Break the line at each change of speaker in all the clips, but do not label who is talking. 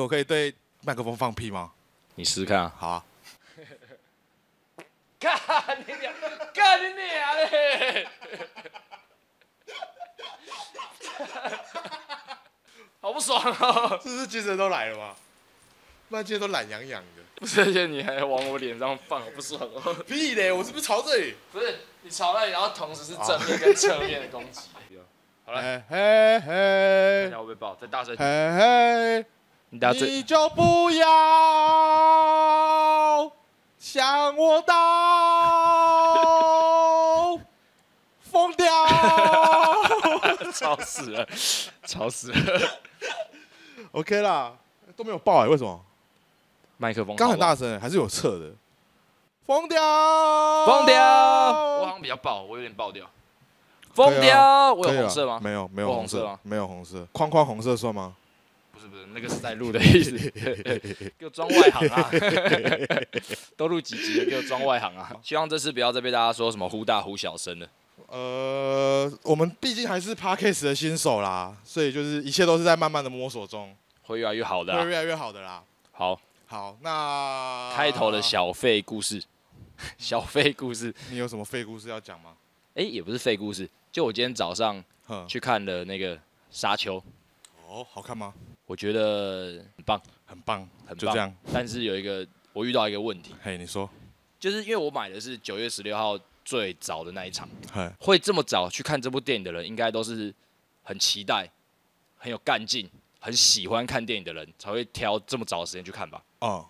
我可以对麦克风放屁吗？
你试试看啊。
好啊，
干你娘！干你娘嘞！ 好不爽啊！
是不是精神都来了吗？不然今天都懒洋洋的。
不是，而且你还往我脸上放，好不爽哦！
屁嘞！我是不是朝这里？
不是，你朝那里，然后同时是正面跟侧面的攻击。 好了，
嘿嘿嘿
大家会被爆，再大声。
嘿
你
嘿，你就不要向我倒，疯掉！
吵死了，吵死了！
OK 啦，都没有爆哎、为什么？
麦克风
刚很大，声，还是有测的。疯掉！
疯
疯
掉！我好像比较爆，我有点爆掉。
啊
疯掉！我有红色吗？
没有，没有
我红
红
色吗
色，没有红色。框框红色算吗？
不是不是，那个是在录的意思，给我装外行啊！ 都录几集了，给我装外行啊！希望这次不要再被大家说什么忽大忽小声的。
呃，我们毕竟还是 Parkes 的新手啦，所以就是一切都是在慢慢的摸索中，
会越来越好的
会
啊。
越来啊越好的啦。
好，
好，那
开头的小费故事，
嗯
小费故事，
你有什么废故事要讲吗？
哎、也不是废故事，就我今天早上
哼，
去看了那个《沙丘》，
哦，好看吗？
我觉得很棒，
很棒，
很棒
就这样。
但是有一个我遇到一个问题，
嘿，你说，
就是因为我买的是九月十六号最早的那一场，
嘿，
会这么早去看这部电影的人，应该都是很期待、很有干劲、很喜欢看电影的人才会挑这么早的时间去看吧。
哦，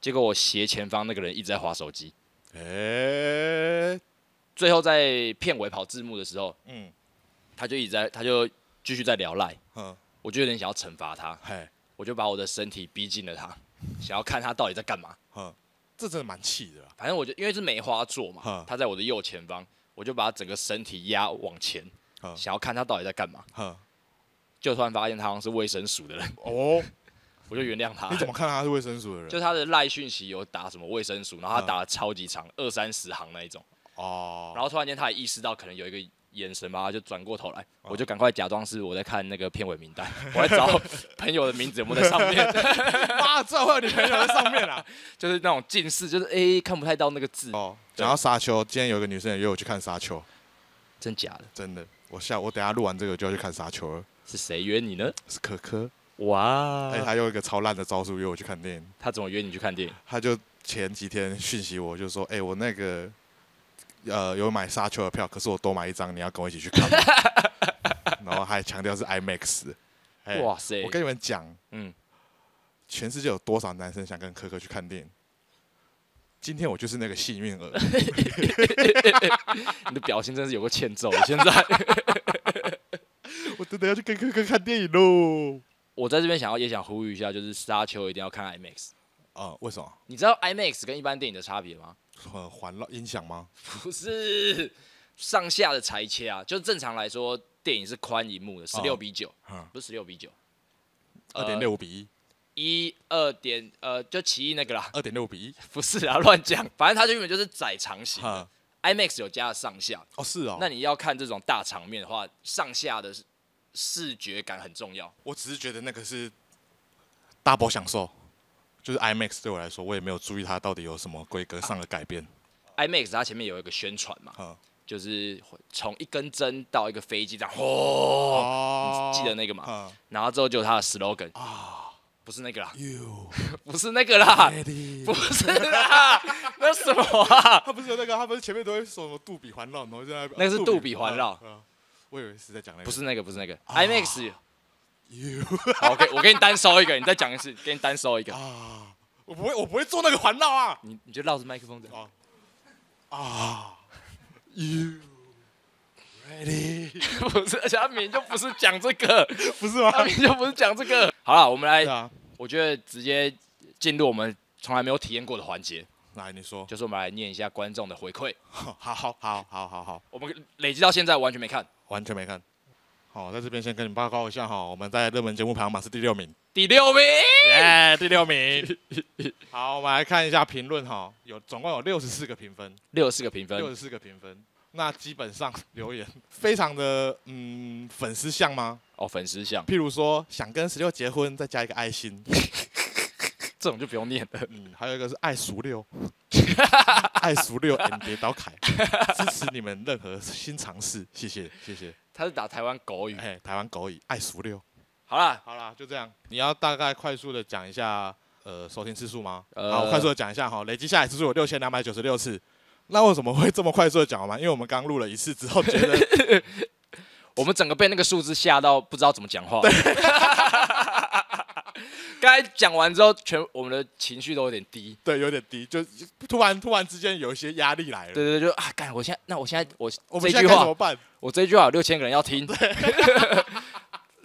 结果我斜前方那个人一直在划手机，
诶，
最后在片尾跑字幕的时候，
嗯，
他就一直在，他就继续在聊赖，
哼，
我就有点想要惩罚他，
嘿，
我就把我的身体逼近了他，想要看他到底在干嘛。
哼，这真的蛮气的啦。
反正我就因为是梅花座嘛
嗯，
他在我的右前方，我就把整个身体压往前，
嗯
想要看他到底在干嘛。
哼，
就突然发现他好像是卫生署的人，
哦，
我就原谅 他
你。怎么看他是卫生署的人？
就他的赖讯息有打什么卫生署，然后他
嗯
打了超级长，二三十行那一种。
哦，
然后突然间他也意识到可能有一个眼神吧，他就转过头来，
哦
我就赶快假装是我在看那个片尾 名单，我在找朋友的名字有没有在上面，
妈，最后你朋友在上面啊啦。
就是那种近视，就是诶看不太到那个字，
哦，讲到沙丘，今天有一个女生也约我去看沙丘，
真假的？
真的，我下我等下录完这个就要去看沙丘了，
是谁约你呢？
是可可，
哇
而且她用一个超烂的招数约我去看电影，
他怎么约你去看电影？
她就前几天讯息我，就说，哎、我那个。呃，有买沙丘的票，可是我多买一张，你要跟我一起去 看吗，然后还强调是 IMAX 的。哎
哇塞
我！跟你们讲，
嗯，
全世界有多少男生想跟可可去看电影？今天我就是那个幸运 儿。
你的表情真是有个欠揍。 现在
我真的要去跟哥哥看电影喽！
我在这边想要也想呼吁一下，就是沙丘一定要看 IMAX。
啊、为什么？
你知道 IMAX 跟一般电影的差别吗？
呃，环绕音响吗？
不是上下的裁切啊，就正常来说，电影是宽银幕的，十六比九、
嗯
不是十六比九，
二点六比一，
一二点呃，就奇异那个啦，
二点六比一。
不是啊，乱讲，反正它就原本就是窄长型的
哈，
，IMAX 有加了上下。
啊哦，是哦。
那你要看这种大场面的话，上下的视觉感很重要。
我只是觉得那个是 double 享受，就是 IMAX 对我来说，我也没有注意它到底有什么规格上的改变。
IMAX 它前面有一个宣传嘛，
哈、
就是从一根针到一个飞机这样，哦，
哦
记得那个嘛
哈
然后之后就有它的 slogan 啊，不是那个啦，
You
不是那个
哎
啦，不
ready？
是啦，那什么啊？
他不是有那个，他不是前面都会说什么杜比环绕，然后就在那边
那个是
啊
杜比环绕
啊啊我以为是在讲那个，
不是那个，不是那个，IMAX。
啊 You
好，我给我给你单收一个，你再讲一次，给你单收一个。
啊，我不会，我不会做那个环绕啊。
你你就绕着麦克风走。
啊，You ready？
不是，而且他明明就不是讲这个，
不是吗
他明明就不是讲这个。好了，我们来
对，啊，
我觉得直接进入我们从来没有体验过的环节，
来你说，
就是我们来念一下观众的回馈。
好好好好好好，
我们累积到现在完全没看，
完全没看。好，在这边先跟你报告一下哈，我们在热门节目排行榜是第六名，
第六名。
耶，第六名。好，我们来看一下评论哈，有总共有六十四个评分，
六十四个评
六
分，
十四个评分。那基本上留言非常的嗯粉丝向吗？
哦，粉丝像
譬如说想跟十六结婚，再加一个爱心，
这种就不用念了。
嗯，还有一个是爱熟 六，爱熟六 and 别倒凯，支持你们任何新尝试，谢谢谢谢。
他是打台湾狗语。
哎、台湾狗语爱熟六，
好啦，
好啦，就这样。你要大概快速的讲一下呃收听次数吗？
呃
好，我快速的讲一下哈，累积下来次数有六千两百九十六次。那为什么会这么快速的讲完？因为我们刚录了一次之后，觉得
我们整个被那个数字吓到，不知道怎么讲话。 刚才讲完之后，全我们的情绪都有点低。
对有点低，就突然突然之间有一些压力来了。
对对对，就啊，干！我现在，那我现在，我
我
这
们现
句
在该怎
话
么，办？
我这句话有六千个人要听，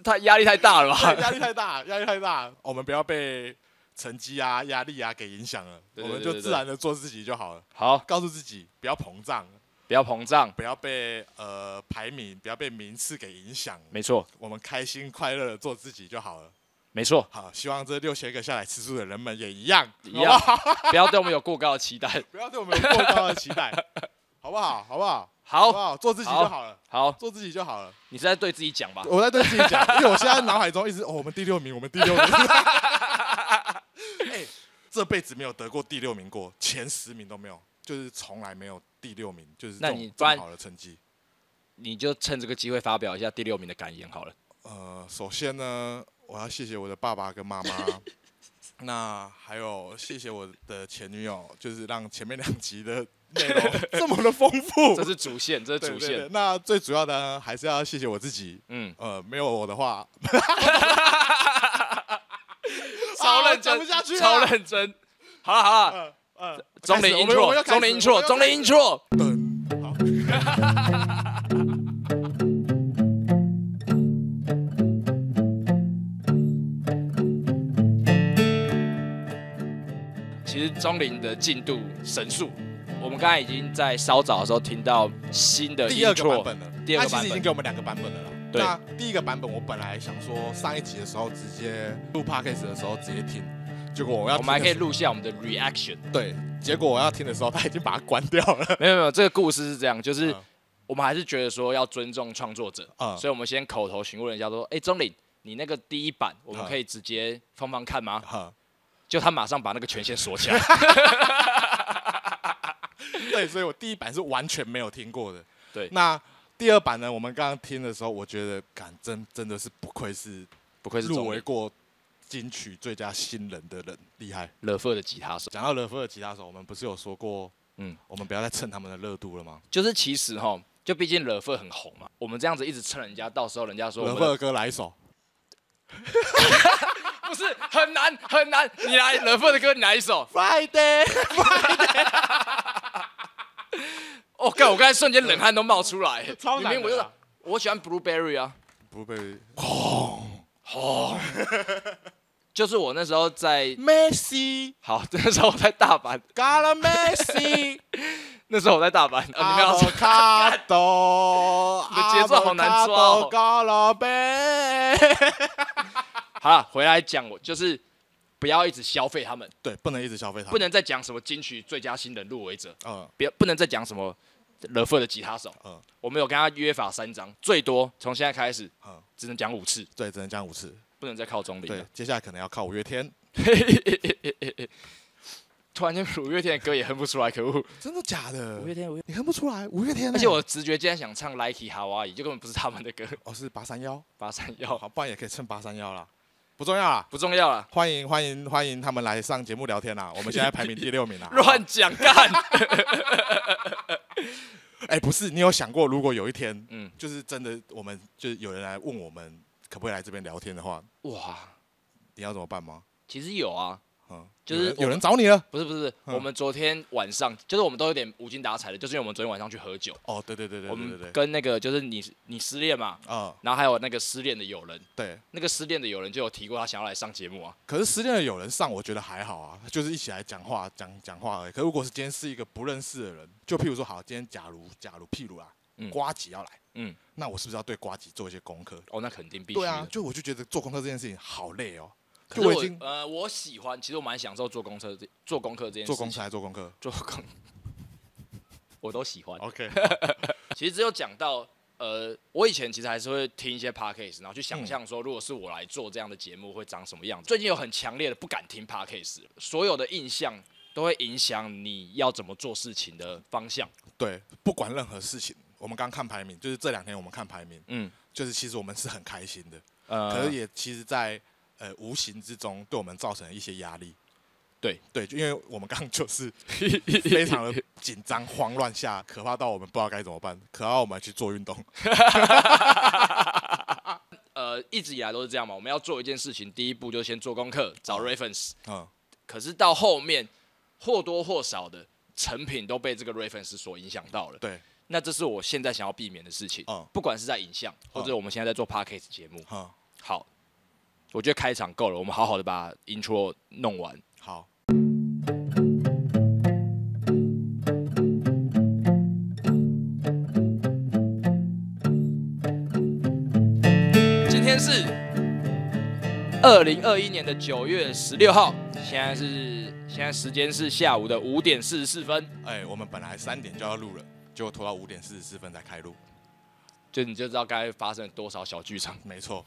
他压 力太大了吧？
对压力太大，压力太大，我们不要被成绩啊、压力啊给影响了，
对
我
对
们
对
就
对
自
对
然的做自己就 好了。
好，
告诉自己不要膨胀，
不要膨胀，
不要被呃排名，不要被名次给影响，
没错，
我们开心快乐的做自己就好了。
没错，
好，希望这六千个下来吃素的人们也一样，
一
好
样
不好，
不要对我们有过高的期待。
不要对我们有过高的期待，好不好？好不好？好不
好
好？做自己就好了，
好，
做自己就好了。
你是在对自己讲吧？
我在对自己讲，因为我现在脑海中一直哦，我们第六名，我们第六名。 哎、这辈子没有得过第六名过，前十名都没有，就是从来没有第六名，就是这
那
种
你
这
不
么
然
好的成绩。
你就趁这个机会发表一下第六名的感言好了。
呃，首先呢，我要谢谢我的爸爸跟妈 妈，那还有谢谢我的前女友，就是让前面两集的内 容 这么的丰富。
这是主线，这是
对
主
对对
线。
那最主要的呢，还是要谢谢我自己。
嗯，
呃，没有我的话，
超认
啊讲不
真，
下去了
超认真。好了好了，
嗯嗯，
中
开
林
始我
intro，
们我们要开
中
始
林
我
intro，
们要
中
开
林
始
intro。
噔，好。
其实中林的进度神速，我们刚才已经在稍早的时候听到新的
第二个
intro
版本了，
第二
他
个版本
其实已经给我们两个版本了啦。
对
那第一个版本我本来想说上一集的时候直接录 podcast 的时候直接听，结果我要
我们还可
听
以
的时
录下我们的 reaction。
候对，结果我要听的时候他已经把它关掉 了。
没有没有，这个故事是这样，就是
嗯
我们还是觉得说要尊重创作者，
嗯
所以我们先口头询问人家说，哎，钟林，你那个第一版我
嗯
们可以直接放放看吗？
哈，
就他马上把那个权限 锁起来，
对，所以我第一版是完全没有听过的。
对
那第二版呢？我们刚刚听的时候，我觉得，感真真的是不愧是
不愧是
入
钟
围
林，
过金曲最佳新人的人，厉害。
乐富的吉他手。
讲到勒夫的吉他手，我们不是有说过，嗯
嗯，
我们不要再蹭他们的热度了吗？
就是其实哈，就毕竟乐富很红嘛，我们这样子一直蹭人家，到时候人家说我
勒
们
夫
的
的歌来一首，
不是很难很难，你来乐富的歌，你来一首。
Friday。
哦，干，我刚才瞬间冷汗都冒出来，
超难的啦
明明我就是我喜欢 Blueberry 啊，
不被
就是我那时候在
Messi
好，那时候我在大阪，
got a Messi
那 时候我在大阪，啊、你们要说
avocado，
你的节奏好难抓哦
Got a b
好了，回来讲我就是不要一直消费他们，
对，不能一直消费他，
不，能再讲什么金曲最佳新人入围者，
嗯
别不能再讲什么乐富的吉他手。
嗯
我们有跟他约法三章，最多从现在开始
嗯，
只能讲五次，
对，只能讲五次。
不能再靠中林
对
了。，
接下来可能要靠五月天，
突然间五月天的歌也哼不出来，可恶！
真的假的
五？月天，五月
你看不出来，五月天欸。
而且我直觉竟然想唱《Like Hawaii》，就根本不是他们的歌。
哦是八三幺，
八三
哦
幺
好，不然也可以蹭八三幺啦，不重要啦。
不重要了，。
欢迎欢迎欢迎他们来上节目聊天啦！啊我们现在排名第六名啦啊
乱讲 干。
哎、不是，你有想过，如果有一天，嗯
嗯，
就是真的，我们就是有人来问我们可不可以来这边聊天的话，
哇，
你要怎么办吗？
其实有啊，
嗯，
就
有
是
人
我
有人找你了。
不是不是，
嗯
我们昨天晚上就是我们都有点无精打采的，就是因为我们昨天晚上去喝酒，
哦，对对对对
我
对对
们
对，
跟那个就是你你失恋嘛，
啊、
然后还有那个失恋的友人，
对。
那个失恋的友人就有提过他想要来上节目啊，
可是失恋的有人上，我觉得还好啊，就是一起来讲话讲讲话而已。可如果是今天是一个不认识的人，就譬如说，好，今天假如假如譬如啦，
嗯
瓜吉要来，
嗯，
那我是不是要对瓜吉做一些功课？
哦，那肯定必须
对啊
的，。
就我就觉得做功课这件事情好累哦。
可
就是我已
我
经
呃，我喜欢，其实我蛮享受做公车这做功课这件事
做
情，
功课还是做功课哦
做功，我都喜欢。
，OK，
其实只有讲到呃，我以前其实还是会听一些 podcast，然后去
嗯
想象说，如果是我来做这样的节目会长什么样子。最近有很强烈的不敢听 podcast，了所有的印象都会影响你要怎么做事情的方向。
对，不管任何事情，我们刚看排名，就是这两天我们看排名，
嗯，
就是其实我们是很开心的，
呃，
可是也其实在，呃无形之中对我们造成了一些压力。
对
对，就因为我们刚刚就是 非常的紧张、慌乱下，可怕到我们不知道该怎么办，可怕我们还去做运动。
呃，一直以来都是这样嘛。我们要做一件事情，第一步就先做功课，找 reference。
嗯，
可是到后面，或多或少的成品都被这个 reference 所影响到了。
对，
那这是我现在想要避免的事情。
嗯
不管是在影像，或者我们现在在做 podcast 节目，
嗯，
好，我觉得开场够了，我们好好的把 intro 弄完。
好，
今天是二零二一年的九月十六号，现在是现在时间是下午的五点四十四分，
哎、我们本来三点就要录了，结果拖到五点四十四分才开录。
就你就知道该发生多少小剧场。
没错，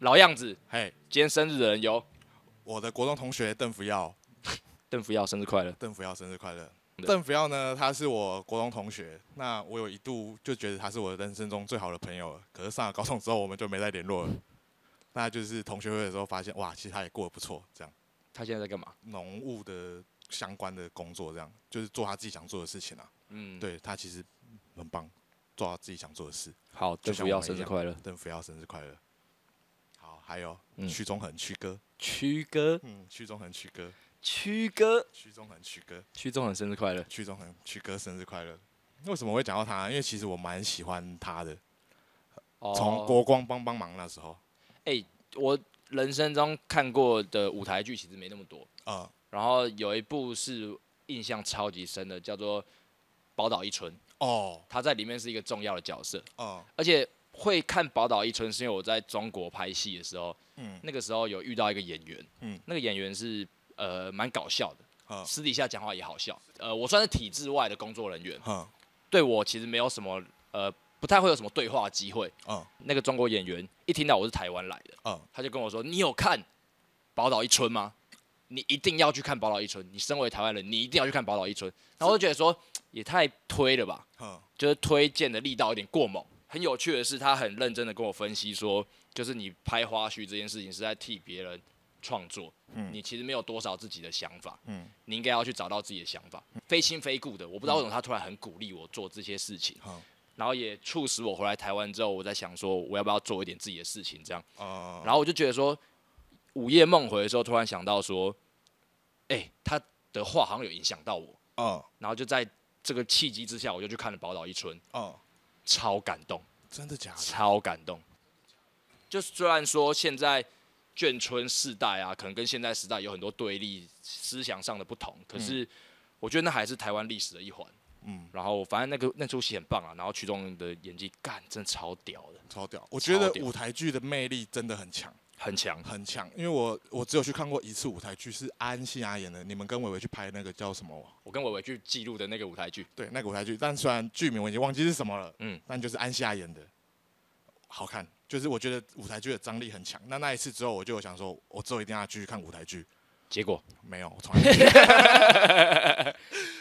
老样子，
嘿，
今天生日的人有
我的国中同学邓福耀，
邓福耀生日快乐。
邓福耀生日快乐。
对
邓福耀呢，他是我国中同学，那我有一度就觉得他是我人生中最好的朋友了。可是上了高中之后，我们就没再联络了。那就是同学会的时候发现，哇，其实他也过得不错，这样
他现在在干嘛？
农务的相关的工作，这样就是做他自己想做的事情啊。
嗯，
对他其实很棒，做他自己想做的事。
好，
就
邓
像
福耀
我们
生
一
日
样
快乐。
邓福耀生日快乐。好，还有
嗯
屈中恒屈哥，
曲哥，
嗯，屈中恒屈哥，
曲哥，
屈中恒屈哥，
曲中恒生日快乐。
屈中恒屈哥生日快乐。为什么会讲到他？因为其实我蛮喜欢他的，从
国，
国光帮帮忙那时候，
哦我人生中看过的舞台剧其实没那么多，
呃，
然后有一部是印象超级深的，叫做《宝岛一村》，
哦，
他在里面是一个重要的角色，
哦，
而且会看《宝岛一村》是因为我在中国拍戏的时候，
嗯，
那个时候有遇到一个演员，
嗯
那个演员是呃蛮搞笑的，
嗯
私底下讲话也好笑，呃，我算是体制外的工作人员，
哼，
对我其实没有什么呃，不太会有什么对话机会。
嗯，
那个中国演员一听到我是台湾来的，
嗯，
他就跟我说：“你有看《宝岛一村》吗？你一定要去看《宝岛一村》，你身为台湾人，你一定要去看《宝岛一村》。”然后我就觉得说，也太推了吧，
哼，
就是推荐的力道有点过猛。很有趣的是，他很认真的跟我分析说，就是你拍花絮这件事情是在替别人创作，
嗯
你其实没有多少自己的想法，
嗯，
你应该要去找到自己的想法，非亲非故的。我不知道为什么他突然很鼓励我做这些事情，
哼，
然后也促使我回来台湾之后，我在想说我要不要做一点自己的事情这样。
呃，
然后我就觉得说，午夜梦回的时候突然想到说，哎、他的话好像有影响到我，
哦，
然后就在这个契机之下，我就去看了《宝岛一村》，
哦，
超感动，
真的假的？
超感动。就虽然说现在眷村世代啊，可能跟现在时代有很多对立，思想上的不同，可是我觉得那还是台湾历史的一环。
嗯，
然后反正那个那出戏很棒啊，然后曲中的演技干真的超屌的，
超屌！我觉得
超屌
舞台剧的魅力真的很强，
很强。
很强。因为我我只有去看过一次舞台剧，是安心雅演的，你们跟伟伟去拍那个叫什么？
我跟伟伟去记录的那个舞台剧，
对，那个舞台剧，但虽然剧名我已经忘记是什么了，
嗯
嗯，但就是安夏演的，好看。就是我觉得舞台剧的张力很强。那那一次之后，我就有想说，我之后一定要继续看舞台剧。
结果
没有，我从来没 去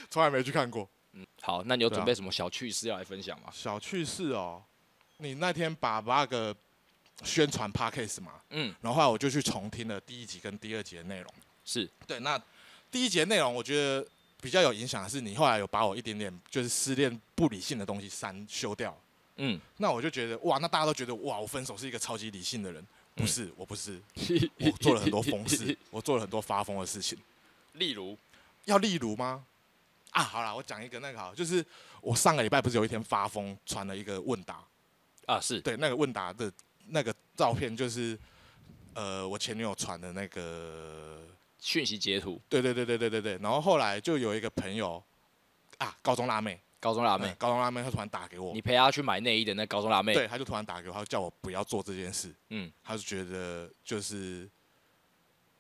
从来没去看过。
好，那你有
对啊
准备什么小趣事要来分享吗？
小趣事哦，你那天把那个宣传 p a c k a g e 嘛，
嗯，
然后后来我就去重听了第一集跟第二集的内容。
是
对，那第一节内容我觉得比较有影响的是，你后来有把我一点点就是失恋不理性的东西删修掉。
嗯，
那我就觉得哇，那大家都觉得哇，我分手是一个超级理性的人，不是，我不是，我做了很多疯 事，我做了很多发疯的事情。
例如，
要例如吗？啊，好啦，我讲一个那个好，就是我上个礼拜不是有一天发疯传了一个问答，
啊，是
对，那个问答的那个照片就是，呃，我前女友传的那个
讯息截图，
对对对对对对对。然后后来就有一个朋友啊，高中辣妹，
高中辣妹，
嗯高中辣妹，她突然打给我
你，陪她去买内衣的那高中辣妹，
对，她就突然打给我，她就叫我不要做这件事，
嗯，
她就觉得就是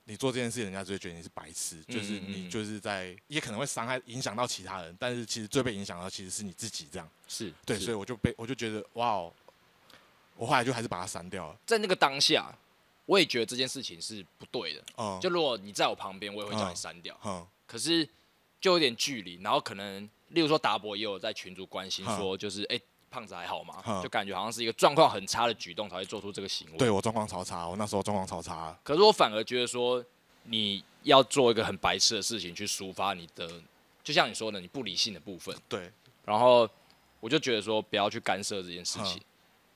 你做这件事，人家就会觉得你是白痴，就是
嗯嗯嗯
你就是在也可能会伤害影响到其他人，但是其实最被影响到其实是你自己这样。
是
对，
是
所以我就被我就觉得哇、哦，我后来就还是把它删掉了。
在那个当下，我也觉得这件事情是不对的。
嗯，
就如果你在我旁边，我也会叫你
嗯
删掉。
嗯
可是就有点距离，然后可能例如说达博也有在群组关心
哼
说，就是哎、胖子还好吗？
哼
就感觉好像是一个状况很差的举动才会做出这个行
嗯
为。
对我状况超差，我那时候状况超差了。
可是我反而觉得说，你要做一个很白痴的事情去抒发你的，就像你说的，你不理性的部分。
对，
然后我就觉得说，不要去干涉这件事情，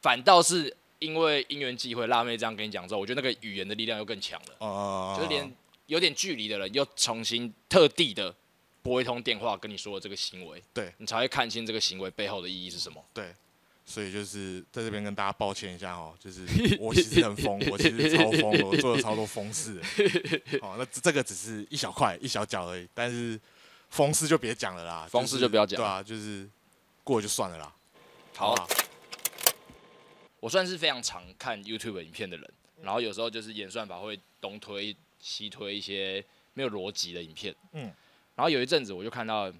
反倒是因为因缘际会，辣妹这样跟你讲之后，我觉得那个语言的力量又更强了，
呃，
就是连有点距离的人又重新特地的拨一通电话跟你说了这个行为，
对
你才会看清这个行为背后的意义是什么。
对，所以就是在这边跟大家抱歉一下哦，就是我其实很疯，我其实超疯的，我做了超多疯事的。哦，那这这个只是一小块、一小角而已，但是疯事就别讲了啦，
疯事就不要讲
对啊，就是过了就算了啦。
好
不，
我算是非常常看 YouTube 影片的人，然后有时候就是演算法会东推西推一些没有逻辑的影片。
嗯，
然后有一阵子我就看到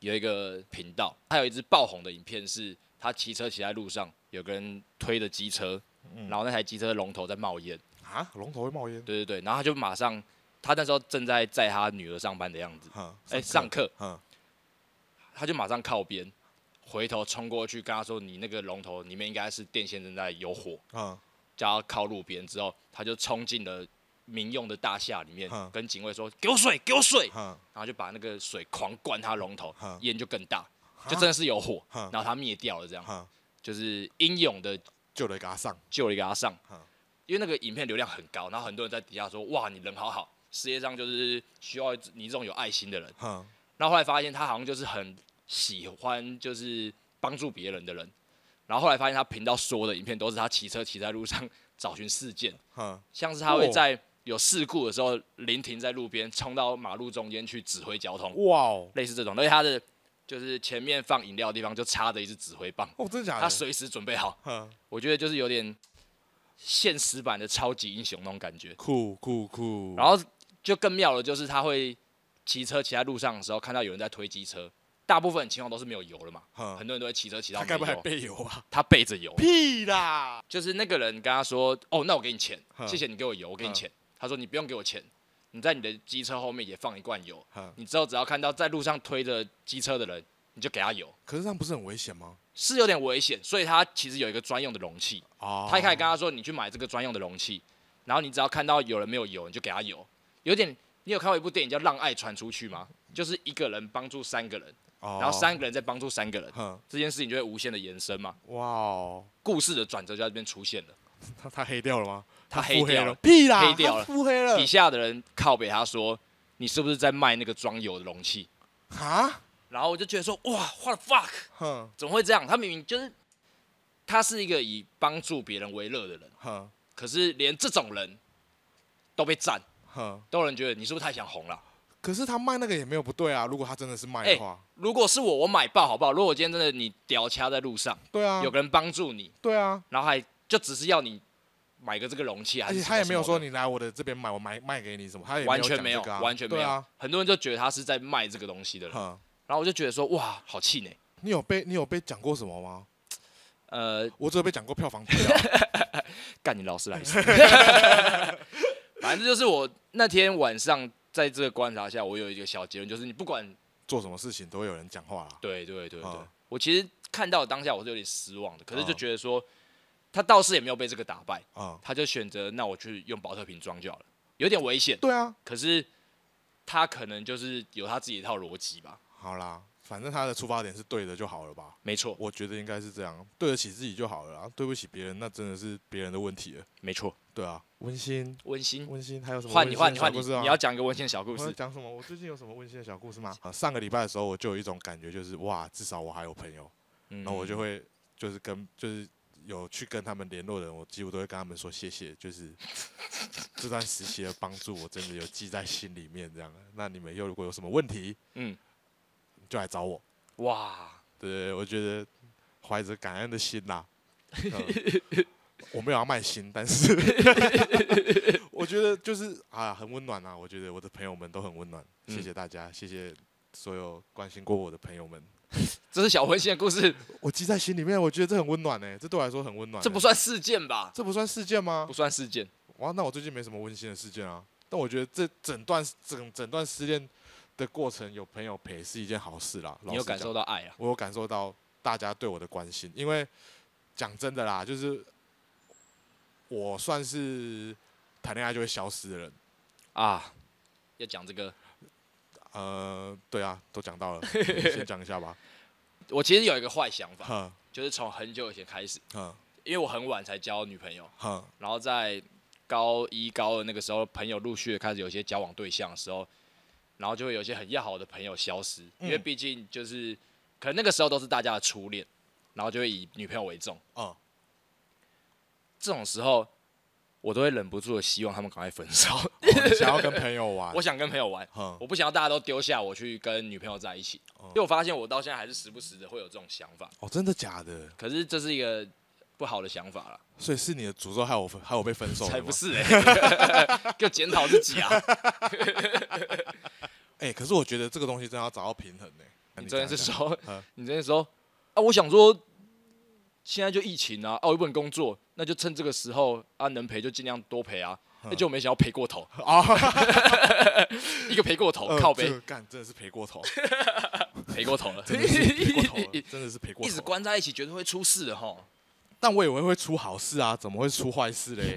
有一个频道，它有一支爆红的影片是，他骑车骑在路上，有个人推着机车，
嗯
然后那台机车的龙头在冒烟，
啊，龙头会冒烟。
对对对，然后他就马上，他那时候正在载他女儿上班的样子，
嗯，
哎、上课，
嗯，
他就马上靠边，回头冲过去跟他说：“你那个龙头里面应该是电线正在有火。”
嗯
叫他靠路边之后，他就冲进了民用的大厦里面
嗯，
跟警卫说：“给我水，给我水！”
嗯
然后就把那个水狂灌他龙头
嗯，
烟就更大，就真的是有火，
嗯
然后他灭掉了，这样
嗯，
就是英勇的
就得给他上。
救了一个他上
嗯，
因为那个影片流量很高，然后很多人在底下说：“哇，你人好好，世界上就是需要你这种有爱心的人。
嗯，”
然后后来发现他好像就是很喜欢就是帮助别人的人，然后后来发现他频道所有的影片都是他骑车骑在路上 找寻事件。
嗯，
像是他会在有事故的时候临停在路边，冲到马路中间去指挥交通，
哇哦，
类似这种。而且他的就是前面放饮料的地方就插着一支指挥棒，
哦，真的假的？
他随时准备好。
嗯，
我觉得就是有点现实版的超级英雄那种感觉。
酷酷酷。
然后就更妙的就是他会骑车骑在路上的时候，看到有人在推机车，大部分情况都是没有油了嘛，
嗯
很多人都会骑车骑到
他该不会
没
还
油，
备油吧？
他背着油。
屁啦！
就是那个人跟他说：“哦，那我给你钱，
哼
谢谢你给我油，我给你
哼
钱。”他说：“你不用给我钱，你在你的机车后面也放一罐油
哼，
你之后只要看到在路上推着机车的人，你就给他油。
可是这样不是很危险吗？”
是有点危险，所以他其实有一个专用的容器。
哦，
他一开始跟他说：“你去买这个专用的容器，然后你只要看到有人没有油，你就给他油。”有点，你有看过一部电影叫《让爱传出去》吗？就是一个人帮助三个人，
嗯哦，
然后三个人再帮助三个人，
哼，
这件事情就会无限的延伸嘛。
哇哦，
故事的转折就在这边出现了。
他他黑掉了吗？
他
腹
黑掉了
了，屁啦，
黑掉
他
了
腹黑了
底下的人靠北他说：“你是不是在卖那个装油的容器
啊？？”
然后我就觉得说：“哇，what the fuck，
哼
怎么会这样？他明明就是他是一个以帮助别人为乐的人，
哼
可是连这种人都被赞，
哼，
都有人觉得你是不是太想红了？
可是他卖那个也没有不对啊，如果他真的是卖
哎
的话，
如果是我，我买爆好不好？如果我今天真的你屌掐在路上，
对啊
有，个人帮助你，
对啊，
然后还就只是要你买个这个容器，还
而
是
且他也
什么
没有
什么
说
的。
你来我的这边买，我买卖给你什么，他也
完全没
没有讲
有，
这个啊
完全没
对
有
啊，，
很多人就觉得他是在卖这个东西的人，
哼，
然后我就觉得说，哇，好气馁。
你有被你有被讲过什么吗？
呃，
我只有被讲过票房低啊，
干你老师来死！ 反正就是我那天晚上在这个观察下，我有一个小结论，就是你不管
做什么事情都会有人讲话啦。
对对对对，
嗯
我其实看到当下我是有点失望的，可是就
嗯
觉得说、他倒是也没有被这个打败，
嗯，
他就选择那我去用保特瓶装就好了，有点危险，
对啊，
可是他可能就是有他自己一套逻辑吧，
好啦，反正他的出发点是对的就好了吧。
没错
我觉得应该是这样，对得起自己就好了啦，啊对不起别人那真的是别人的问题了。
没错，
对啊，温馨，
温馨。
温馨，还有什么
换你
温
换
馨
你
的
换
小
你
故事啊，
你要讲一个温馨的小故
我要
事，
讲什么？我最近有什么温馨的小故事吗？啊，上个礼拜的时候，我就有一种感觉，就是哇，至少我还有朋友，
嗯
然后我就会就是跟就是有去跟他们联络的人，我几乎都会跟他们说谢谢，就是这段时期的帮助，我真的有记在心里面。这样，那你们又如果有什么问题，
嗯，
就来找我。
哇，
对，我觉得怀着感恩的 呃 心啦、嗯 我没有要卖心，但是我我觉得就是啊，很温暖啊。我觉得我的朋友们都很温暖，谢
嗯
谢大家，谢谢所有关心过我的朋友们。
这是小温馨的故事，
我记在心里面，我觉得这很温暖呢、这对我来说很温暖欸、
这不算事件吧？
这不算事件吗
不？算事件，
哇，那我最近没什么温馨的事件啊。但我觉得这整段整整段失恋的过程，有朋友陪是一件好事啦。
你有感
到？
受到爱啊？
我有感受到大家对我的关心，因为讲真的啦，就是我算是谈恋爱就会消失的人。
啊，要讲这个，
呃，对啊，都讲到了，先讲一下 吧。
我其实有一个坏想法，
哼
就是从很久以前开始，
哼
因为我很晚才交女朋友，
哼，哦
然后在高一高二那个时候，朋友陆续地开始有一些交往对象的时候，然后就会有一些很要好的朋友消失，因为
嗯
毕竟就是可能那个时候都是大家的初恋，然后就会以女朋友为重。
哦，
这种时候，我都会忍不住的希望他们赶快分手。
哦你想要跟朋友玩
我，想跟朋友玩，
哼，
我不想要大家都丢下我去跟女朋友在一起。因为我发现我到现在还是时不时的会有这种想法，
哦，真的假的？
可是这是一个不好的想法啦。
所以是你的诅咒害我分害我被分手了
才
吗
不是哎、欸， 要检讨 自己啊！
哎、可是我觉得这个东西真的要找到平衡呢、那
你昨天是
讲一下
说
嗯，
你昨天说啊，我想说，现在就疫情啊，啊，我又不能工作，那就趁这个时候啊，能赔就尽量多赔啊。
嗯
那就没想到赔过头，
啊？
一个赔过头，
呃
靠
这
背
个干真的是赔过头，
赔过头了，
真的 是赔过头了，真的是赔过头。
一直关在一起，绝对会出事的吼。
但我以为会出好事啊，怎么会出坏事嘞？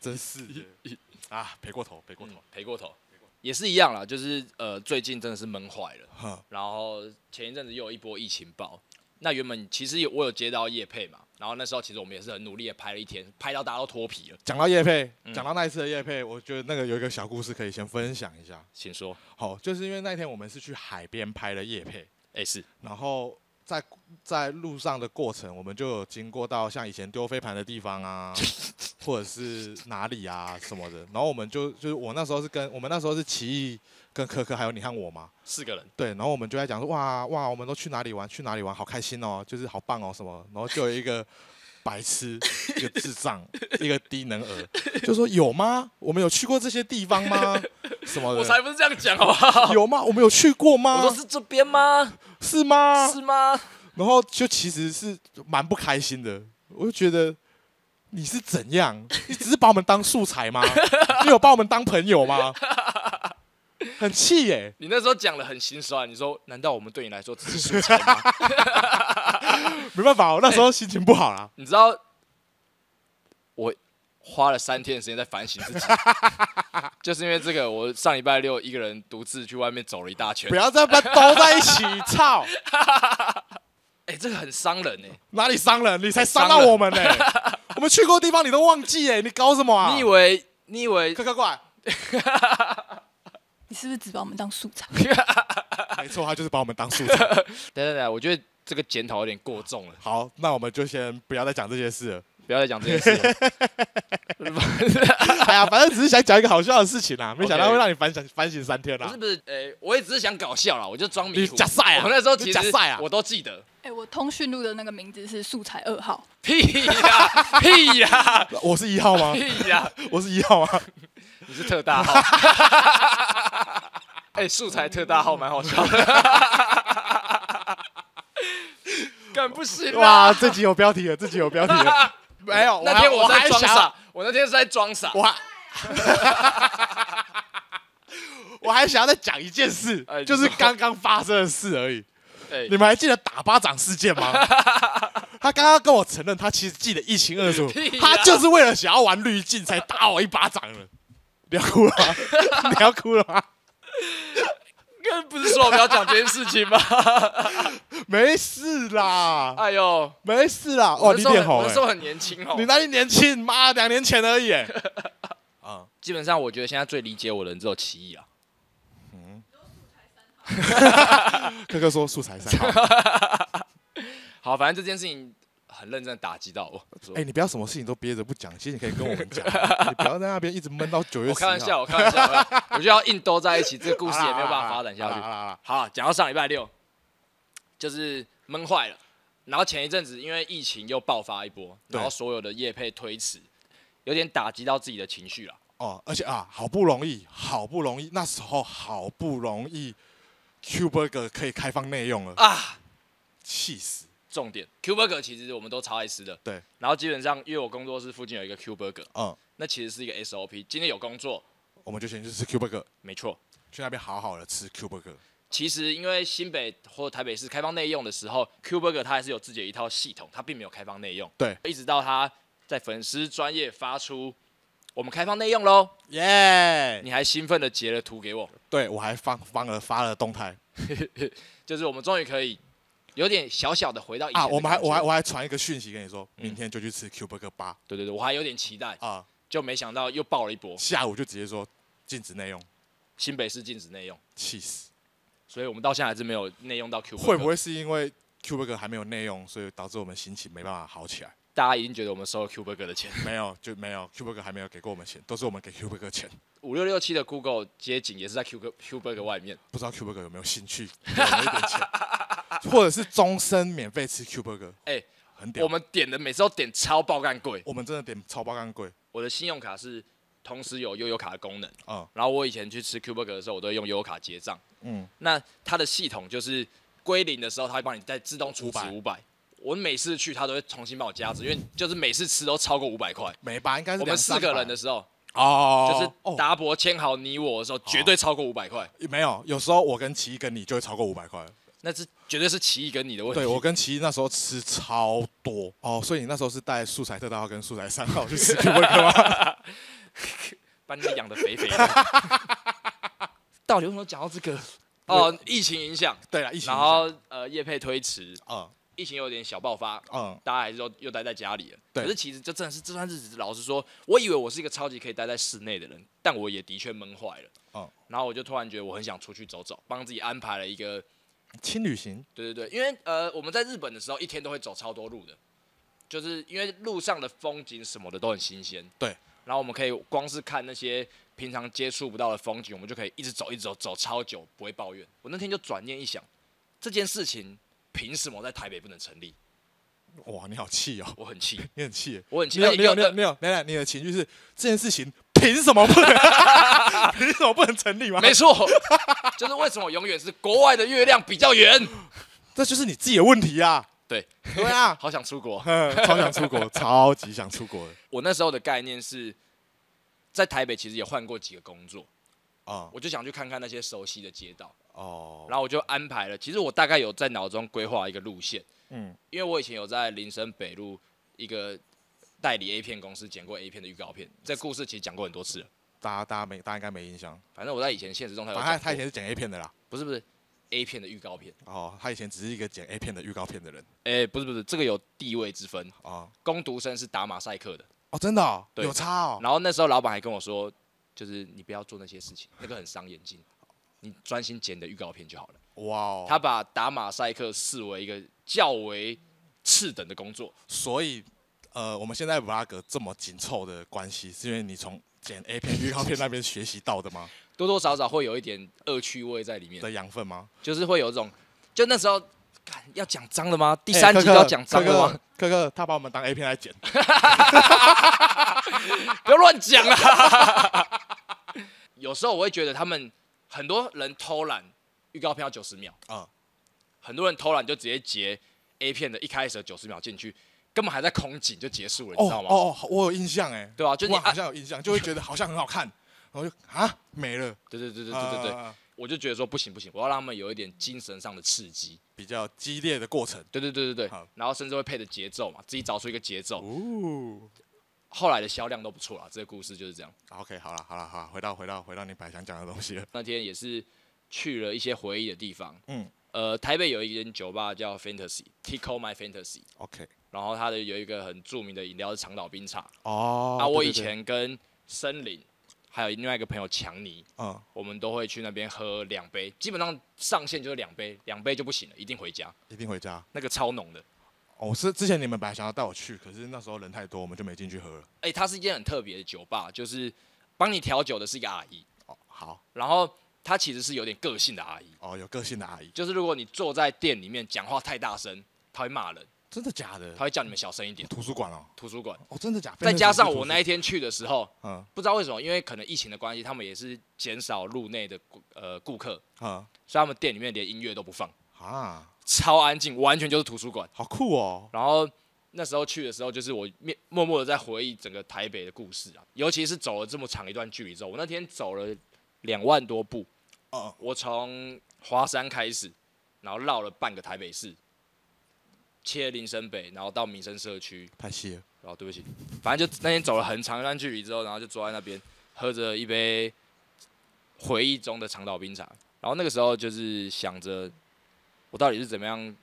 真是的啊，赔过头，赔过头
嗯。赔过头，嗯也是一样啦，就是呃，最近真的是闷坏了，
哼，
然后前一阵子又有一波疫情爆。那原本其实有我有接到叶配嘛，然后那时候其实我们也是很努力的拍了一天，拍到大家都脱皮了。
讲到叶配，讲到那一次的叶配，我觉得那个有一个小故事可以先分享一下。
请说，
好，就是因为那天我们是去海边拍的叶配，
哎、是
然后在在路上的过程，我们就有经过到像以前丢飞盘的地方啊，或者是哪里啊什么的。然后我们就就是我那时候是跟我们那时候是奇艺跟可可还有你和我嘛，
四个人，
对，然后我们就在讲说，哇哇，我们都去哪里玩，去哪里玩，好开心哦，就是好棒哦什么，然后就有一个白痴，一个智障，一个低能儿，就说有吗？我们有去过这些地方吗？什么
我才
的？
不是这样讲好不好？
有吗？我们有去过吗？
我说是这边吗？
是吗？
是吗？
然后就其实是蛮不开心的，我就觉得你是怎样？你只是把我们当素材吗？你有把我们当朋友吗？ 很气耶、
你那时候讲的很心酸，你说难道我们对你来说只是 素材吗？
没办法，我哦那时候心情不好啦。
你知道我花了三天的时间在反省自己，就是因为这个，我上礼拜六一个人独自去外面走了一大圈
不。要再把它兜在一起， 操！
哎、这个很伤人哎、
哪里伤人？你才伤
伤
到
了
我们呢、我们去过的地方你都忘记哎、你搞什么啊？
你以为你以为
可可过来？
你是不是只把我们当素材？
没错，他就是把我们当素材。
等等等，我觉得这个检讨有点过重了，
好，那我们就先不要再讲这些事了。
不要再讲这件 事
啊
了。
哎呀，反正只是想讲一个好笑的事情啦，没想到
OK
会让你反省反省三天啊
不
啦
是。不是，哎、我也只是想搞笑啦，我就装迷糊。
你假赛啊
我那时候其
你假
实
赛啊
我都记得。
哎、我通讯录的那个名字是素材二号，
屁呀屁呀
我是一号吗？
屁呀！
我是一号啊 吗？
你是特大号。哎、素材特大号蛮好笑的。敢不行啦！
哇，这集有标题了，这集有标题了。没有，
那天
我
我
还
在
我
装，
还想
傻，我那天是在装傻。
我 还。我还想要再讲一件事
哎，你
就是
说
刚刚发生的事而已。
哎、
你们还记得打巴掌事 件吗？他刚刚跟我承认，他其实记得一清二楚
屁呀，
他就是为了想要玩滤镜才打我一巴掌的。你要哭了吗？你 要哭了吗？
刚刚不是说我们要讲这件事情吗？
没事啦，
哎呦，
没事啦。哦，
那
你
时候
脸
很
红
我那
哎
时，候很年轻哦。
你那你年轻，妈，两年前而已哎。啊，
基本上我觉得现在最理解我的人只有奇艺啊。
哥哥说素材三号。
好，反正这件事情很认真地打击到我。
哎、你不要什么事情都憋着不讲，其实你可以跟我们 讲，你不要在那边一直闷到九月10号。
我开玩笑，我开玩笑，我开玩笑我就要硬兜在一起，这个故事也没有办法发展下
好啦
去。
好啦好啦
好，讲到上礼拜六，就是闷坏了，然后前一阵子因为疫情又爆发一波，
对
然后所有的业配推迟，有点打击到自己的情绪了。
哦哦，而且啊，好不容易，好不容易，那时候好不容易，Q Burger 可以开放内用了，
啊。
气死！
重点，Q Burger 其实我们都超爱吃的，
对。
然后基本上，因为我工作室附近有一个 Q Burger，
嗯，
那其实是一个 SOP。今天有工作，
我们就先去吃 Q Burger，
没错。
去那边好好的吃 Q Burger。
其实因为新北或台北市开放内用的时候，Q Burger 它还是有自己的一套系统，它并没有开放内用。
对，
一直到它在粉丝专业发出我们开放内用喽，
耶、
你还兴奋的截了图给我，
对我还放放了发了动态
就是我们终于可以有哎点小小的回到以前
啊，
的
我们还
感觉嗯
我还我还传一个讯息跟你说，明天就去吃 Q Burger 八
对对对，我还有点期待，
啊，
就没想到又爆了一波
下午就直接说禁止内用，
新北市禁止内用，
气死！
所以我们到现在还是没有内用到 Q。
会不会是因为 Q Burger 还没有内用，所以导致我们心情没办法好起来？
大家已经觉得我们收了 Q Burger 的钱？
没有，就没有 Q Burger 还没有给过我们钱，都是我们给 Q Burger 钱。
五六六七的 Google 街景也是在 Q Burger- Q Burger 外面，
不知道 Q Burger 有没有兴趣给我们一点钱， 或者是终身免费吃 Q Burger，
哎、
很屌。
我们点的每次都点超爆干贵。
我们真的点超爆干贵，
我的信用卡是同时有悠游卡的功能，
嗯
然后我以前去吃 Q Burger 的时候，我都会用悠游卡结账。
嗯，
那它的系统就是归零的时候，它会帮你再自动储值
500
五百。我每次去，它都会重新帮我加值，因为就是每次吃都超过五百块。
每把应该是
我们四个人的
200-300
时候，就
哦，
是达博签好你我的时候，绝对超过五百块，
哦没有，有时候我跟奇艺跟你就会超过五百块。
那是绝对是奇异跟你的问题。
对我跟奇艺那时候吃超多哦，所以你那时候是带素材特大号跟素材三号去吃 Q Burger 吗？
把你们养的肥 肥的。 到底为什么讲到这个？哦，疫情影响，
对了，疫情
然后呃，业配推迟，
嗯
疫情有点小爆发，
嗯，
大家还是都又待在家里了。
对
可是其实这真的是这段日子，老实说，我以为我是一个超级可以待在室内的人，但我也的确闷坏了。
哦
然后我就突然觉得我很想出去走走，帮自己安排了一个，
轻旅行
对对对，因为呃我们在日本的时候一天都会走超多路的，就是因为路上的风景什么的都很新鲜。
对。
然后我们可以光是看那些平常接触不到的风景，我们就可以一直走一直走走超久，不会抱怨。我那天就转念一想，这件事情凭什么在台北不能成立？
哇，你好气哦，
我很气，
你很气耶，
我很气。
你有
而且
你有
又
你有你有，奶奶，你的情绪是这件事情凭什么不能？凭什么不能成立吗？
没错，就是为什么永远是国外的月亮比较圆。
这就是你自己的问题啊！
对，
对啊，
好想出国。
哼超想出国，超级想出国的
我那时候的概念是，在台北其实也换过几个工作，
啊、
我就想去看看那些熟悉的街道，
哦，
然后我就安排了。其实我大概有在脑中规划一个路线，
嗯，
因为我以前有在林森北路一个代理 A 片公司剪过 A 片的预告片，这故事其实讲过很多次了。
大家大家没大家应该没印象，
反正我在以前现实中态有
反正啊他
讲
他以
过，
前是剪 A 片的啦，
不是不是 A 片的预告片，
哦，他以前只是一个剪 A 片的预告片的人
哎、不是不是，这个有地位之分，
哦
攻读生是打马赛克的。
哦，真的、哦、
对
有差哦，
然后那时候老板还跟我说，就是你不要做那 些事情，那个很伤眼睛，你专心剪你的预告片就好了。
哇哦，
他把打马赛克视为一个较为次等的工作，
所以呃，我们现在 vlog 这么紧凑的关系，是因为你从剪 A 片预告片那边学习到的吗？
多多少少会有一点恶趣味在里面，
的养分吗？
就是会有这种，就那时候。干要讲脏了吗？第
第
三集都要讲脏了吗？？
哎哥哥，他把我们当 A 片来剪，
不要乱讲啊！ 有时候我会觉得他们很多人偷懒，预告片要九十秒，
嗯，
很多人偷懒就直接截 A 片的一开始的九十秒进去，根本还在空景就结束了，你
哦
知道吗？
哦，哦我有印象哎，
对啊，就
就是
你
你好
按，
像有印象，就会觉得好像很好 看，然后就啊没了。
对对对对对对对，
啊
我就觉得说不行不行，我要让他们有一点精神上的刺激，
比较激烈的过程。
对对对对对
好，
然后甚至会配着节奏嘛，自己找出一个节奏。
哦
后来的销量都不错啦，这个故事就是这样。
，OK，好了好了好啦，回到回到回到你本来想讲的东西了。
那天也是去了一些回忆的地方，
嗯
呃，台北有一间酒吧叫 Fantasy Tickle My Fantasy，
，OK，
然后它的有一个很著名的饮料是长岛冰茶，
哦，
啊，我
对
以，前跟森林还有另外一个朋友强尼，
对对嗯，
我们都会去那边喝两杯，基本上上限就是两杯，两杯就不行了，一定回家。
一定回家。
那个超浓的，
哦，是之前你们本来想要带我去，可是那时候人太多，我们就没进去喝了。
哎、它是一间很特别的酒吧，就是帮你调酒的是一个阿姨，
哦，好，
然后她其实是有点个性的阿姨，
哦，有个性的阿姨，
就是如果你坐在店里面讲话太大声，她会骂人，
真的假的？
他会叫你们小声一点。
图书馆哦，
图书馆，
哦，真的假？
再加上我
那
那一天去的时候，
嗯
不知道为什么，因为可能疫情的关系，他们也是减少入内的顾呃顾客，
嗯
所以他们店里面连音乐都不放，
啊，
超安静，完全就是图书馆。
好酷哦，
然后那时候去的时候，就是我面默默的在回忆整个台北的故事啊，尤其是走了这么长一段距离之后，我那天走了两万多步，
哦
我从华山开始，然后绕了半个台北市，切林森北，然后到民生社区，
太细了，
然后对不起，反正就那天走了很长一段距离之后，然后就坐在那边喝着一杯回忆中的长岛冰茶，然后那个时候就是想着我到底是怎么样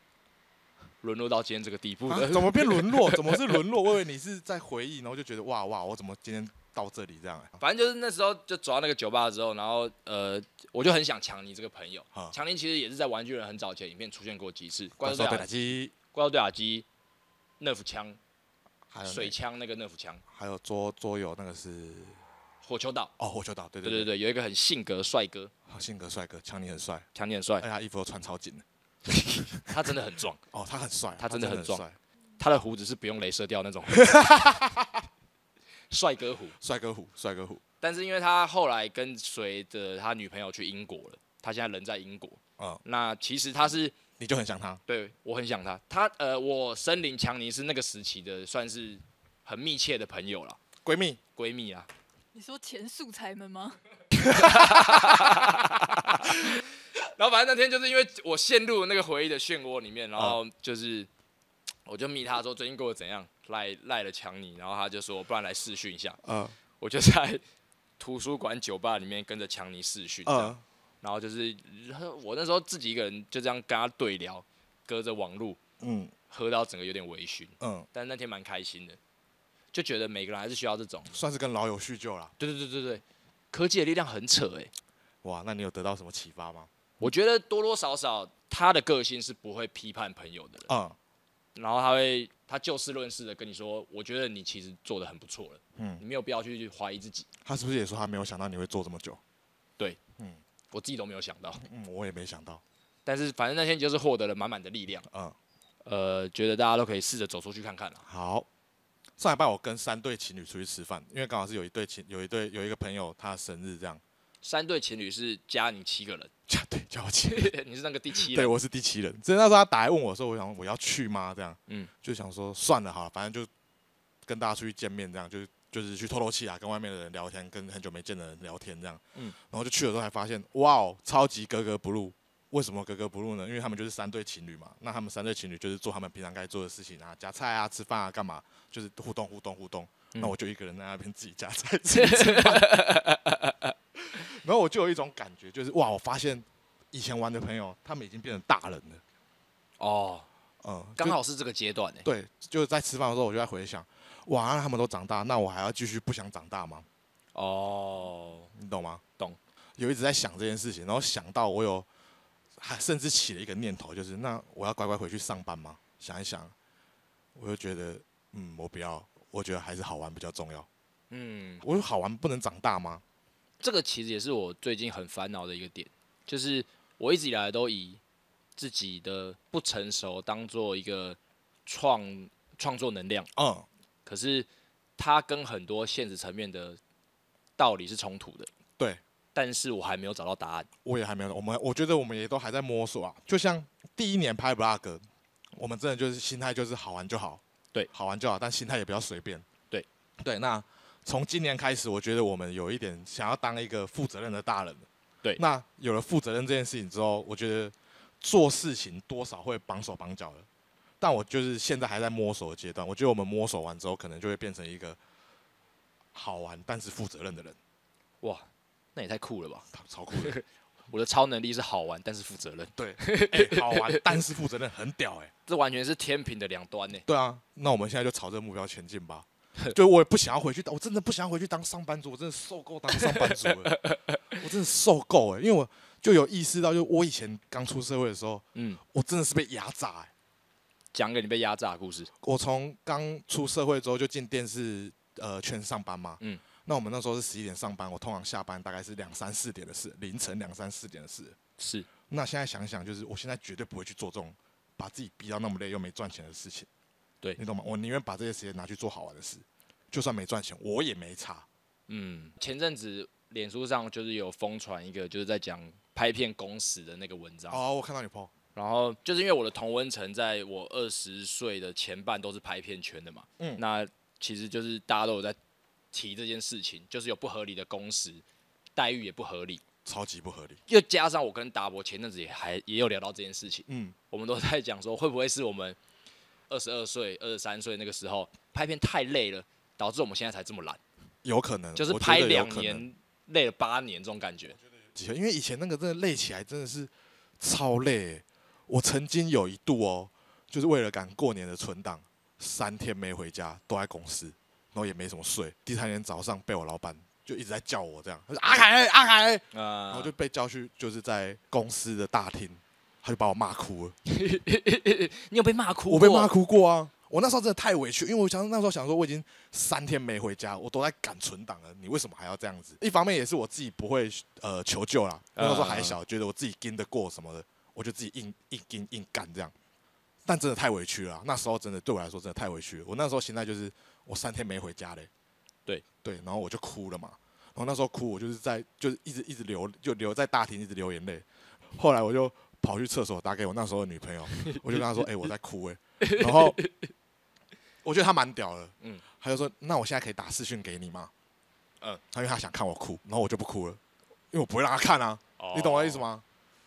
沦落到今天这个地步
啊
的，
怎么变沦落？怎么是沦落？我以为你是在回忆，然后就觉得哇哇，我怎么今天到这里这样？
反正就是那时候就走到那个酒吧之后，然后呃，我就很想强尼这个朋友
啊。
强尼其实也是在《玩具人》很早期的影片出现过几次，
怪
怪兽
兽
对
对
打
打击，
怪兽对打机、nerf 枪、
还有那
水枪那个 nerf 枪、
还有桌桌游那个是
火球岛。
哦，火球岛，对
对
对
对对，有一个很性格帅哥，
好性格帅哥，强尼很帅，
强尼很帅
而且，他衣服都穿超紧的。
他真的 很壮，
哦，他很帅，
他真的很
很
壮
帅，
他的胡子是不用镭射掉 那种，帅哥胡。
帅哥虎，帅哥虎。
但是因为他后来跟随着他女朋友去英国了，他现在人在英国。
嗯
那其实他是
你就很想他，
对我很想他。他呃，我森林强尼是那个时期的算是很密切的朋友啦，
闺蜜
闺蜜啦。
你说前素材们吗？
然后反正那天就是因为我陷入那个回忆的漩涡里面，然后就是我就密他说最近过得怎样，赖赖了强尼，然后他就说不然来试训一下。
呃
我就在图书馆酒吧里面跟着强尼试训，这样
呃，
然后就是我那时候自己一个人就这样跟他对聊，隔着网路
嗯
喝到整个有点微醺，
嗯，
但那天蛮开心的，就觉得每个人还是需要这种。
算是跟老友叙旧啦。
对对对对对，科技的力量很扯哎、
哇，那你有得到什么启发吗？
我觉得多多少少他的个性是不会批判朋友的人，
嗯
然后他会他就事论事的跟你说，我觉得你其实做的很不错了，
嗯，
你没有必要去怀疑自己，
他是不是也说他没有想到你会做这么久？
我自己都没有想到，
嗯，我也没想到。
但是反正那天就是获得了满满的力量，
嗯，
呃，觉得大家都可以试着走出去看看啦。
好。上礼拜我跟三对情侣出去吃饭，因为刚好是有一对情有一对有一个朋友他的生日这样，
三对情侣是加你七个人，
加对叫我情侣，
你是那个第七
对
人，
我是第七人。所以那时候他打来问我说，我想我要去吗？这样，
嗯
就想说算了好了，反正就跟大家出去见面，这样就是就是去透透气啊，跟外面的人聊天，跟很久没见的人聊天这样。
嗯
然后就去了之后才发现，哇哦，超级格格不入。为什么格格不入呢？因为他们就是三对情侣嘛，那他们三对情侣就是做他们平常该做的事情啊，夹菜啊、吃饭啊、干嘛，就是互动互动互动。
嗯
那我就一个人在那边自己夹菜自 己吃饭，然后我就有一种感觉，就是哇，我发现以前玩的朋友他们已经变成大人了，
哦，
嗯，就
刚好是这个阶段哎、
对，就是在吃饭的时候，我就在回想，哇，那他们都长大，那我还要继续不想长大吗？
哦，
你懂吗？
懂。
有一直在想这件事情，然后想到我有，还甚至起了一个念头，就是那我要乖乖回去上班吗？想一想，我就觉得，嗯，我不要，我觉得还是好玩比较重要。
嗯，
我说好玩不能长大吗？
这个其实也是我最近很烦恼的一个点，就是我一直以来都以自己的不成熟当做一个创创作能量，
嗯，
可是它跟很多现实层面的道理是冲突的。
对，
但是我还没有找到答案。
我也还没有，我们我觉得我们也都还在摸索啊。就像第一年拍 vlog，我们真的就是心态就是好玩就好，
对
好玩就好，但心态也不要随便，
对
对。那从今年开始，我觉得我们有一点想要当一个负责任的大人，
对
那有了负责任这件事情之后，我觉得做事情多少会绑手绑脚的，但我就是现在还在摸索的阶段。我觉得我们摸索完之后，可能就会变成一个好玩但是负责任的人，
哇，那也太酷了吧！
超超酷的。
我的超能力是好玩，但是负责任，
对，哎好玩但是负责任，很屌哎、
这完全是天平的两端呢。
对啊，那我们现在就朝这个目标前进 吧。就我也不想要回去，我真的不想要回去当上班族，我真的受够当上班族 了，我真的受够欸了，因为我就有意识到，就我以前刚出社会的时候，
嗯，
我真的是被压榨、欸。
讲给你被压榨的故事。
我从刚出社会之后就进电视呃圈上班嘛，
嗯
嗯，那我们那时候是十一点上班，我通常下班大概是两三四点的事，凌晨两三四点的事。
是，
那现在想想，就是我现在绝对不会去做这种把自己逼到那么累又没赚钱的事情。
对
你懂吗？我宁愿把这些时间拿去做好玩的事，就算没赚钱，我也没差。
嗯，前阵子脸书上就是有疯传一个，就是在讲拍片公司的那个文章。
哦，我看到你 PO，
然后就是因为我的同温层，在我二十岁的前半都是拍片圈的嘛，
嗯
那其实就是大家都有在提这件事情，就是有不合理的工时，待遇也不合理，
超级不合理。
又加上我跟达博前阵子也还也有聊到这件事情，
嗯，
我们都在讲说会不会是我们二十二岁、二十三岁那个时候拍片太累了，导致我们现在才这么懒，
有可能，
就是
我觉
拍
得有
两
可能
年累了八年这种感觉，
几天因为以前那个真的累起来真的是超累欸。我曾经有一度哦，就是为了赶过年的存档，三天没回家，都在公司，然后也没什么睡。第三天早上被我老板就一直在叫我这样，他说阿凯阿凯，然
啊、
后就被叫去，就是在公司的大厅，他就把我骂哭了。
你有被骂哭？
我被骂。哭过啊！我那时候真的太委屈，因为我想那时候想说，我已经三天没回家，我都在赶存档了，你为什么还要这样子？一方面也是我自己不会呃求救啦，因为那时候还小，觉得我自己跟得过什么的，我就自己硬硬硬硬干这样。但真的太委屈了啊、那时候真的对我来说真的太委屈了。我那时候现在就是我三天没回家嘞，
对
对，然后我就哭了嘛，然后那时候哭我就是在就是一直一直流就流在大厅一直流眼泪，后来我就跑去厕所打给我那时候的女朋友，我就跟她说：“哎、我在哭哎、然后我觉得她蛮屌的，嗯
嗯，
她就说：“那我现在可以打视讯给你吗？”嗯
嗯，
她因为她想看我哭，然后我就不哭了，因为我不会让她看啊，
哦
你懂我的意思？吗？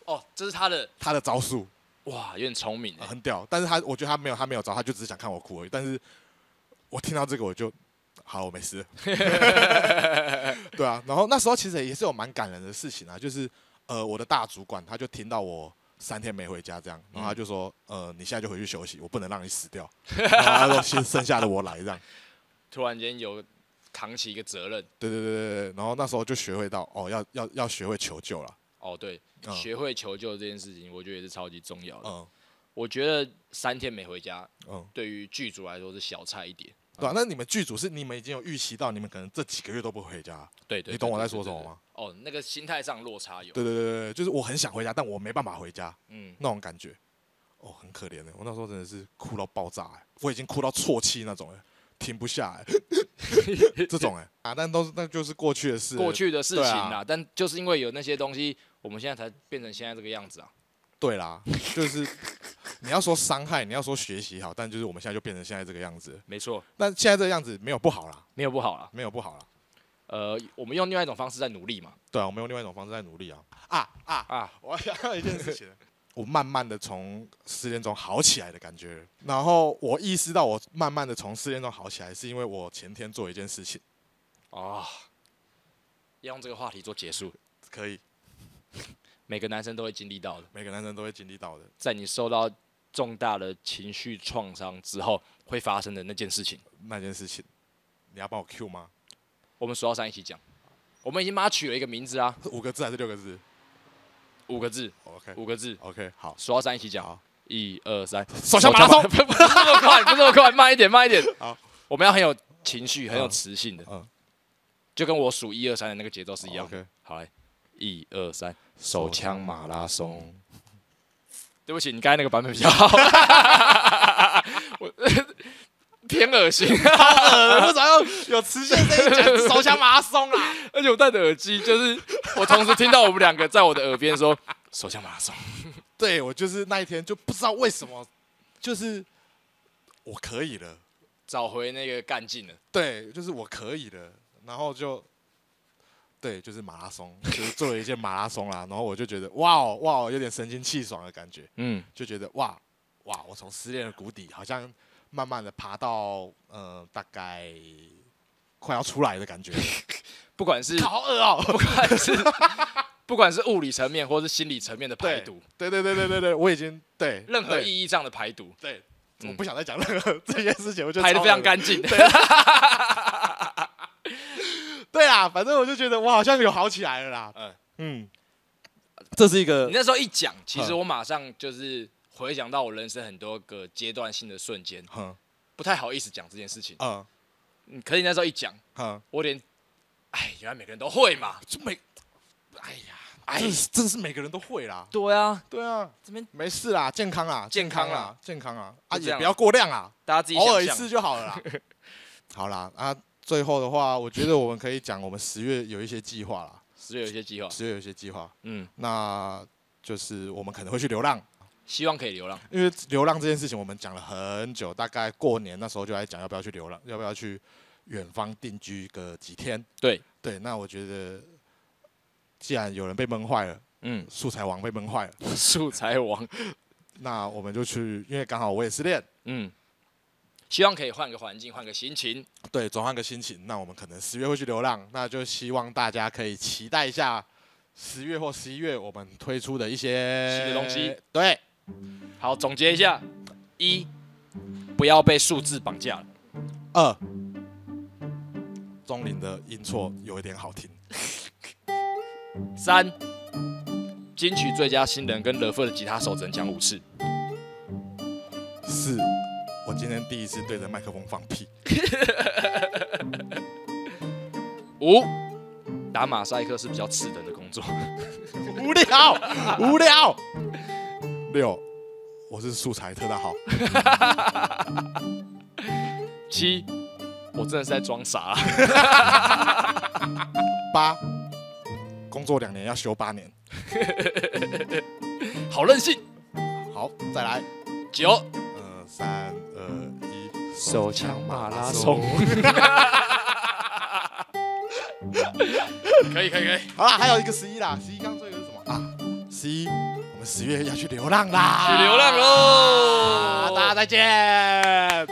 哦，这是他的
她的招数、
哇，有点聪明
呃
欸
很屌，但是她我觉得她没有她没有招，她就只是想看我哭而已。但是我听到这个我就好，我没 事。对啊，然后那时候其实也是有蛮感人的事情啊，就是呃，我的大主管他就听到我三天没回家这样，然后他就说，呃，你现在就回去休息，我不能让你死掉。然后他说，其实剩下的我来这样。
突然间有扛起一个责任。
对对对对对，然后那时候就学会到哦，要要要学会求救了。
哦，对，
嗯
学会求救这件事情，我觉得也是超级重要的。
嗯
我觉得三天没回家，
嗯，
对于剧组来说是小菜一碟。
对啊，那你们剧组是你们已经有预期到你们可能这几个月都不回家，
对对
你懂我在
对对
说什么
对
吗
对哦，那个心态上落差有。
对对对对，对就是我很想回家，但我没办法回家
嗯，
那种感觉，哦，很可怜的。我那时候真的是哭到爆炸、欸，我已经哭到啜泣那种、欸，停不下来、这种哎、欸、 啊，但都是那就是过去的事了，
过去的事情
对啊
啦，但就是因为有那些东西，我们现在才变成现在这个样子啊。
对啦，就是你要说伤害，你要说学习好，但就是我们现在就变成现在这个样子了，
没错，
但现在这个样子没有不好啦，
没有不好啦。啊
没有不好啦。
呃，我们用另外一种方式在努力嘛。
对啊，我们用另外一种方式在努力啊啊啊！
啊，
我想到一件事 情，我慢慢的从失恋中好起来的感觉。然后我意识到我慢慢的从失恋中好起来，是因为我前天做一件事情，
哦，要用这个话题做结束，
可以
每个男生都会经历到的。
每个男生都会经历到的，
在你受到重大的情绪创伤之后会发生的那件事情。
那件事情，你要帮我 Q 吗？
我们数到三一起讲。我们已经把它取了一个名字啊，
是五个字还是六个字
五个字，
？OK
五个字，
OK，好，
数到三一起讲。一二三，
手枪马拉松
不不不是那么快，不是那么快，慢一点，慢一点。
好，
我们要很有情绪，很有
嗯
磁性的
嗯，哦
就跟我数一二三的那个节奏是一样的。
OK，
好，来，一二三，手枪马拉松。对不起，你刚才那个版本比较好， 我偏恶心。
为啥要哎有磁性声音讲手枪马拉松啦？
而且我戴着耳机，就是我同时听到我们两个在我的耳边说“手枪马拉松
对我就是那一天就不知道为什么，就是我可以了，”，
找回那个干劲了。
对，就是我可以了，然后就对，就是马拉松，就是做了一件马拉松啊啦，然后我就觉得哇哦哇哦，有点神清气爽的感觉，
嗯，
就觉得哇哇，我从失恋的谷底好像慢慢的爬到呃大概快要出来的感觉，
不管是
好饿哦。
不管是不管是物理层面或是心理层面的排毒，
对对对对对对，我已经对
任何
对
意义上的排毒，
对，
嗯
我不想再讲任何 这件事情，我觉得
排的
超
非常
恶
干净。
对啊，反正我就觉得我好像有好起来了啦。嗯
嗯
这是一个
你那时候一讲，其实
嗯
我马上就是回想到我人生很多个阶段性的瞬间，
嗯
不太好意思讲这件事情。
嗯
嗯可是你那时候一讲，
嗯，
我连，哎，原来每个人都会嘛，
就没，哎呀，
哎
这，是这是每个人都会啦。
对啊，
对啊，
这边
没事啦，健康啦，
健康
啦
啦，
健康啦，啊
就这
也
样
不要过量啦，
大家自己
偶尔
想
一
象。
次就好 了啦。好啦，啊，最后的话，我觉得我们可以讲我们十月有一些计划啦，
十月有一些计划，
十月有一些计划，
嗯，
那就是我们可能会去流浪，
希望可以流浪。
因为流浪这件事情我们讲了很久，大概过年那时候就来讲要不要去流浪，要不要去远方定居个几天。
对
对，那我觉得既然有人被闷坏了，
嗯，
素材王被闷坏了，
素材王，
那我们就去，因为刚好我也失恋，
嗯，希望可以换个环境，换个心情。
对，转换个心情。那我们可能十月会去流浪，那就希望大家可以期待一下十月或十一月我们推出的一些
新的东西。
对，
好，总结一下：一，不要被数字绑架了。
二，钟林的音错有一点好听。
三，金曲最佳新人跟乐父的吉他手只能讲五次。
四，我今天第一次对着麦克风放 屁。
五，打马赛克是比较次等的工作。
无聊，无聊。六，我是素材特大号。
七，我真的是在装傻、啊。
八，工作两年要休八年。
好任性。
好，再来，
九，
呃，三二一，
手枪马拉松。 可以可以可以，
好啦，还有一个十一啦，十一刚最后一个是什么啊？十一，我们十月要去流浪啦，
去流浪喽
啊大家再见。